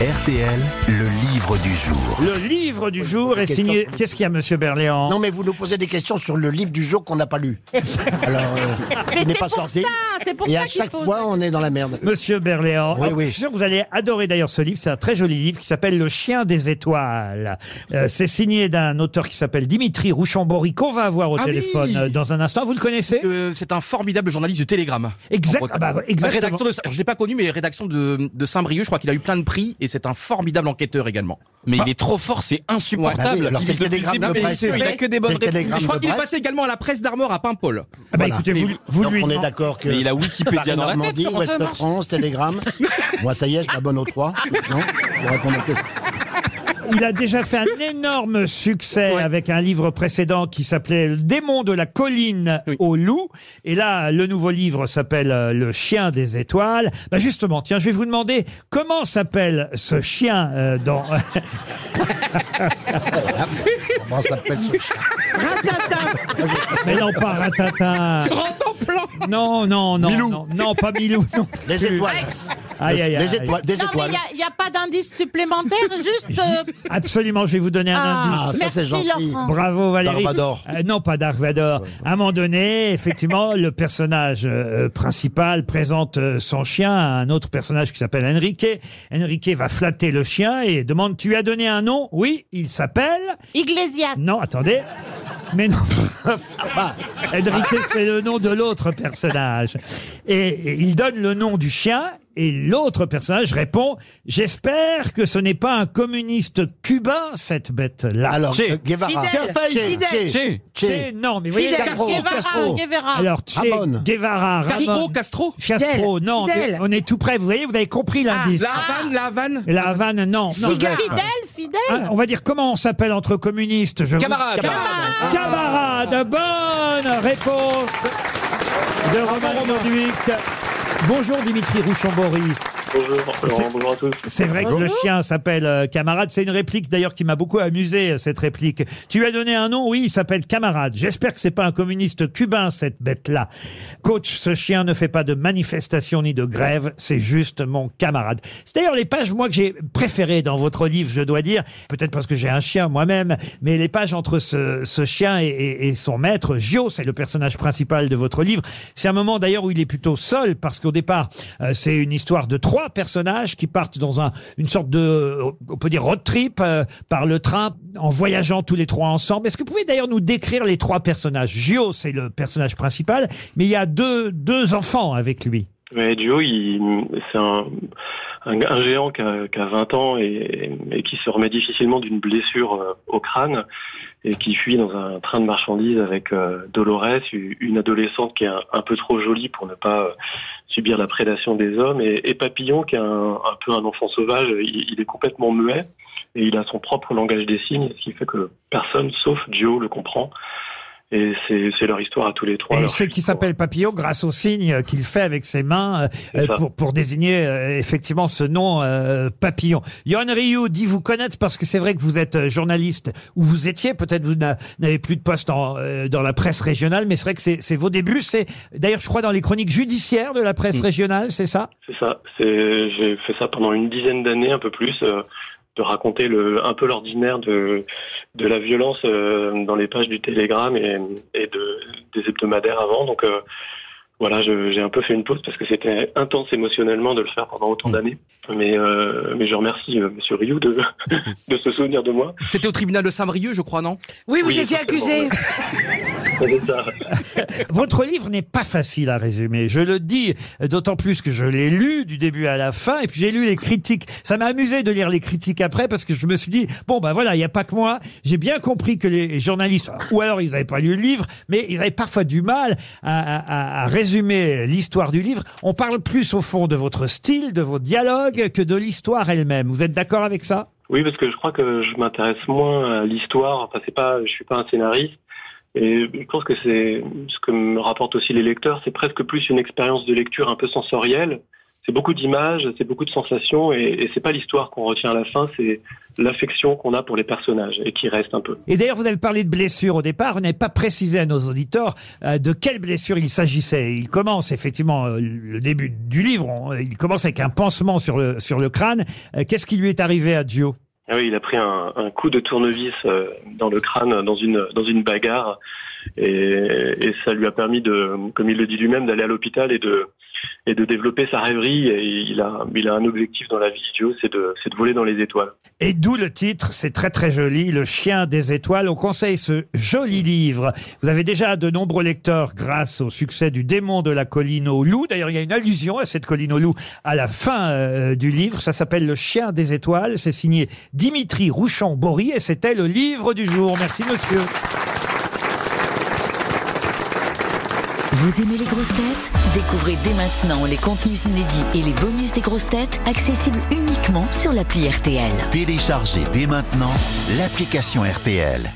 RTL, le livre du jour. Le livre du jour est signé. Qu'est-ce qu'il y a, monsieur Berléand Non, mais vous nous posez des questions sur le livre du jour qu'on n'a pas lu. Alors, euh, Mais on n'est c'est pas pour sorti. ça, c'est pour Et ça à qu'il chaque faut- fois, on est dans la merde. Monsieur Berléand, Oui, oh, oui. je suis sûr que vous allez adorer d'ailleurs ce livre. C'est un très joli livre qui s'appelle Le Chien des Étoiles. Euh, c'est signé d'un auteur qui s'appelle Dimitri Rouchambori qu'on va avoir au Ah oui téléphone euh, dans un instant. Vous le connaissez Euh, c'est un formidable journaliste du Télégramme. Exact- En Bretagne. ah bah, exactement. Rédaction de, alors, je l'ai pas connu, mais rédaction de, de Saint-Brieuc, je crois qu'il a eu plein de prix, et c'est un formidable enquêteur également. Mais il est trop fort, c'est Ah oui, insupportable. alors c'est le Depuis le télégramme de début, presse. il a que des bonnes C'est le télégramme Mais je crois de qu'il est presse. passé également à la presse d'Armor à Paimpol. Ah bah, écoutez, vous, vous Donc, lui on est demandez- d'accord que. Mais il a Paris Wikipédia dans la tête. Normandie, comment ça Ouest de marche France, Télégramme. Moi, ça y est, je m'abonne aux trois. Non Je réponds aux questions. Il a déjà fait un énorme succès avec un livre précédent qui s'appelait Le démon de la colline Oui. au loup. Et là, le nouveau livre s'appelle euh, Le chien des étoiles. Bah justement, tiens, je vais vous demander comment s'appelle ce chien euh, dans. Comment ça s'appelle ce chien Mais non, pas Ratatin. Non, non, non. Non, non, pas Milou. non plus. Les étoiles. Aïe, aïe, aïe. Les étoiles. Des Non, mais étoiles. il n'y a, pas d'indice supplémentaire, juste. euh, Absolument, je vais vous donner un Ah, indice. ça, c'est merci, gentil. Laurent. Bravo Valérie. Darvador. Euh, non, pas Darvador. À un moment donné, effectivement, le personnage euh, principal présente euh, son chien à un autre personnage qui s'appelle Enrique. Enrique va flatter le chien et demande Tu lui as donné un nom Oui, il s'appelle. Iglesias. Non, attendez. Mais non. Bah, Enrique, c'est le nom de l'autre personnage. Et, et il donne le nom du chien. Et l'autre personnage répond J'espère que ce n'est pas un communiste cubain, cette bête-là. alors, Che. euh, Guevara. Fidel. Che, Fidel. Che, Che, Che. non, mais vous voyez, Fidel, Castro, Guevara, Castro. Guevara. Alors, Che, Ramon. Guevara, Castro, Ramon, Castro. Castro, non, Fidel. on est tout près, vous voyez, vous avez compris l'indice. La Havane, la Havane. La Havane, non. Fidel, Fidel. Ah, on va dire comment on s'appelle entre communistes. Je vous- Camarade. Camarade, bonne réponse de Romain Norduic. Bonjour Dimitri Rouchambori. Bonjour, Laurent, bonjour à tous. C'est vrai que le chien s'appelle euh, Camarade. C'est une réplique d'ailleurs qui m'a beaucoup amusé, euh, cette réplique. Tu lui as donné un nom, oui, il s'appelle Camarade. J'espère que c'est pas un communiste cubain, cette bête-là. Coach, ce chien ne fait pas de manifestation ni de grève, c'est juste mon camarade. C'est d'ailleurs les pages, moi, que j'ai préférées dans votre livre, je dois dire. Peut-être parce que j'ai un chien moi-même, mais les pages entre ce, ce chien et, et- et son maître, Gio, c'est le personnage principal de votre livre. C'est un moment d'ailleurs où il est plutôt seul, parce qu'au départ, euh, c'est une histoire de trois personnages qui partent dans un, une sorte de, euh, on peut dire, road trip euh, par le train, en voyageant tous les trois ensemble. Est-ce que vous pouvez d'ailleurs nous décrire les trois personnages Gio, c'est le personnage principal, mais il y a deux, deux enfants avec lui. Mais Joe, il- c'est un, un, gars- un géant qui a, qui a 20 ans et, et qui se remet difficilement d'une blessure euh, au crâne et qui fuit dans un train de marchandises avec euh, Dolores, u- une adolescente qui est un, un peu trop jolie pour ne pas euh, subir la prédation des hommes, et, et Papillon qui est un, un peu un enfant sauvage, il, il est complètement muet et il a son propre langage des signes, ce qui fait que personne sauf Joe le comprend. Et c'est c'est leur histoire à tous les trois. Et leur ce qui chute, quoi. s'appelle Papillon, grâce au signe qu'il fait avec ses mains euh, C'est ça. pour, pour désigner euh, effectivement ce nom euh, Papillon. Yon Ryu dit vous connaître parce que c'est vrai que vous êtes euh, journaliste, ou vous étiez, peut-être vous n'a- n'avez plus de poste en, euh, dans la presse régionale, mais c'est vrai que c'est c'est vos débuts. C'est d'ailleurs, je crois, dans les chroniques judiciaires de la Mm. presse régionale, c'est ça C'est ça. C'est, j'ai fait ça pendant une dizaine d'années, un peu plus, euh, de raconter le, un peu l'ordinaire de, de la violence euh, dans les pages du Télégramme et, et de, des hebdomadaires avant. Donc euh, voilà, je- j'ai un peu fait une pause parce que c'était intense émotionnellement de le faire pendant autant d'années. Mais, euh, mais je remercie euh, Monsieur Rioux de, de se souvenir de moi. C'était au tribunal de Saint-Brieuc, je crois, non Oui, vous Oui, étiez accusé. C'est ça. Votre livre n'est pas facile à résumer. Je le dis d'autant plus que je l'ai lu du début à la fin et puis j'ai lu les critiques. Ça m'a amusé de lire les critiques après parce que je me suis dit bon ben voilà, il n'y a pas que moi. J'ai bien compris que les journalistes ou alors ils n'avaient pas lu le livre, mais ils avaient parfois du mal à, à- à- à résumer l'histoire du livre. On parle plus au fond de votre style, de vos dialogues que de l'histoire elle-même. Vous êtes d'accord avec ça Oui, parce que je crois que je m'intéresse moins à l'histoire. Enfin, c'est pas, je suis pas un scénariste. Et je pense que c'est ce que me rapportent aussi les lecteurs, c'est presque plus une expérience de lecture un peu sensorielle c'est beaucoup d'images, c'est beaucoup de sensations, et, et c'est pas l'histoire qu'on retient à la fin, c'est l'affection qu'on a pour les personnages et qui reste un peu. Et d'ailleurs, vous avez parlé de blessures au départ. Vous n'avez pas précisé à nos auditeurs euh, de quelle blessure il s'agissait. Il commence effectivement euh, le début du livre. on- il commence avec un pansement sur le, sur le crâne. Euh, Qu'est-ce qui lui est arrivé à Gio Ah oui, il a pris un, un coup de tournevis euh, dans le crâne, dans une, dans une bagarre, et, et ça lui a permis de, comme il le dit lui-même, d'aller à l'hôpital et de, et de développer sa rêverie. Et il a, il a un objectif dans la vie, Joe, c'est de, c'est de voler dans les étoiles. Et d'où le titre, c'est très très joli, Le chien des étoiles. On conseille ce joli livre. Vous avez déjà de nombreux lecteurs grâce au succès du démon de la colline au loup. D'ailleurs, il y a une allusion à cette colline au loup à la fin euh, du livre. Ça s'appelle Le chien des étoiles. C'est signé Dimitri Rouchon-Bory et c'était le livre du jour. Merci monsieur. Vous aimez les grosses têtes Découvrez dès maintenant les contenus inédits et les bonus des grosses têtes accessibles uniquement sur l'appli RTL. Téléchargez dès maintenant l'application RTL.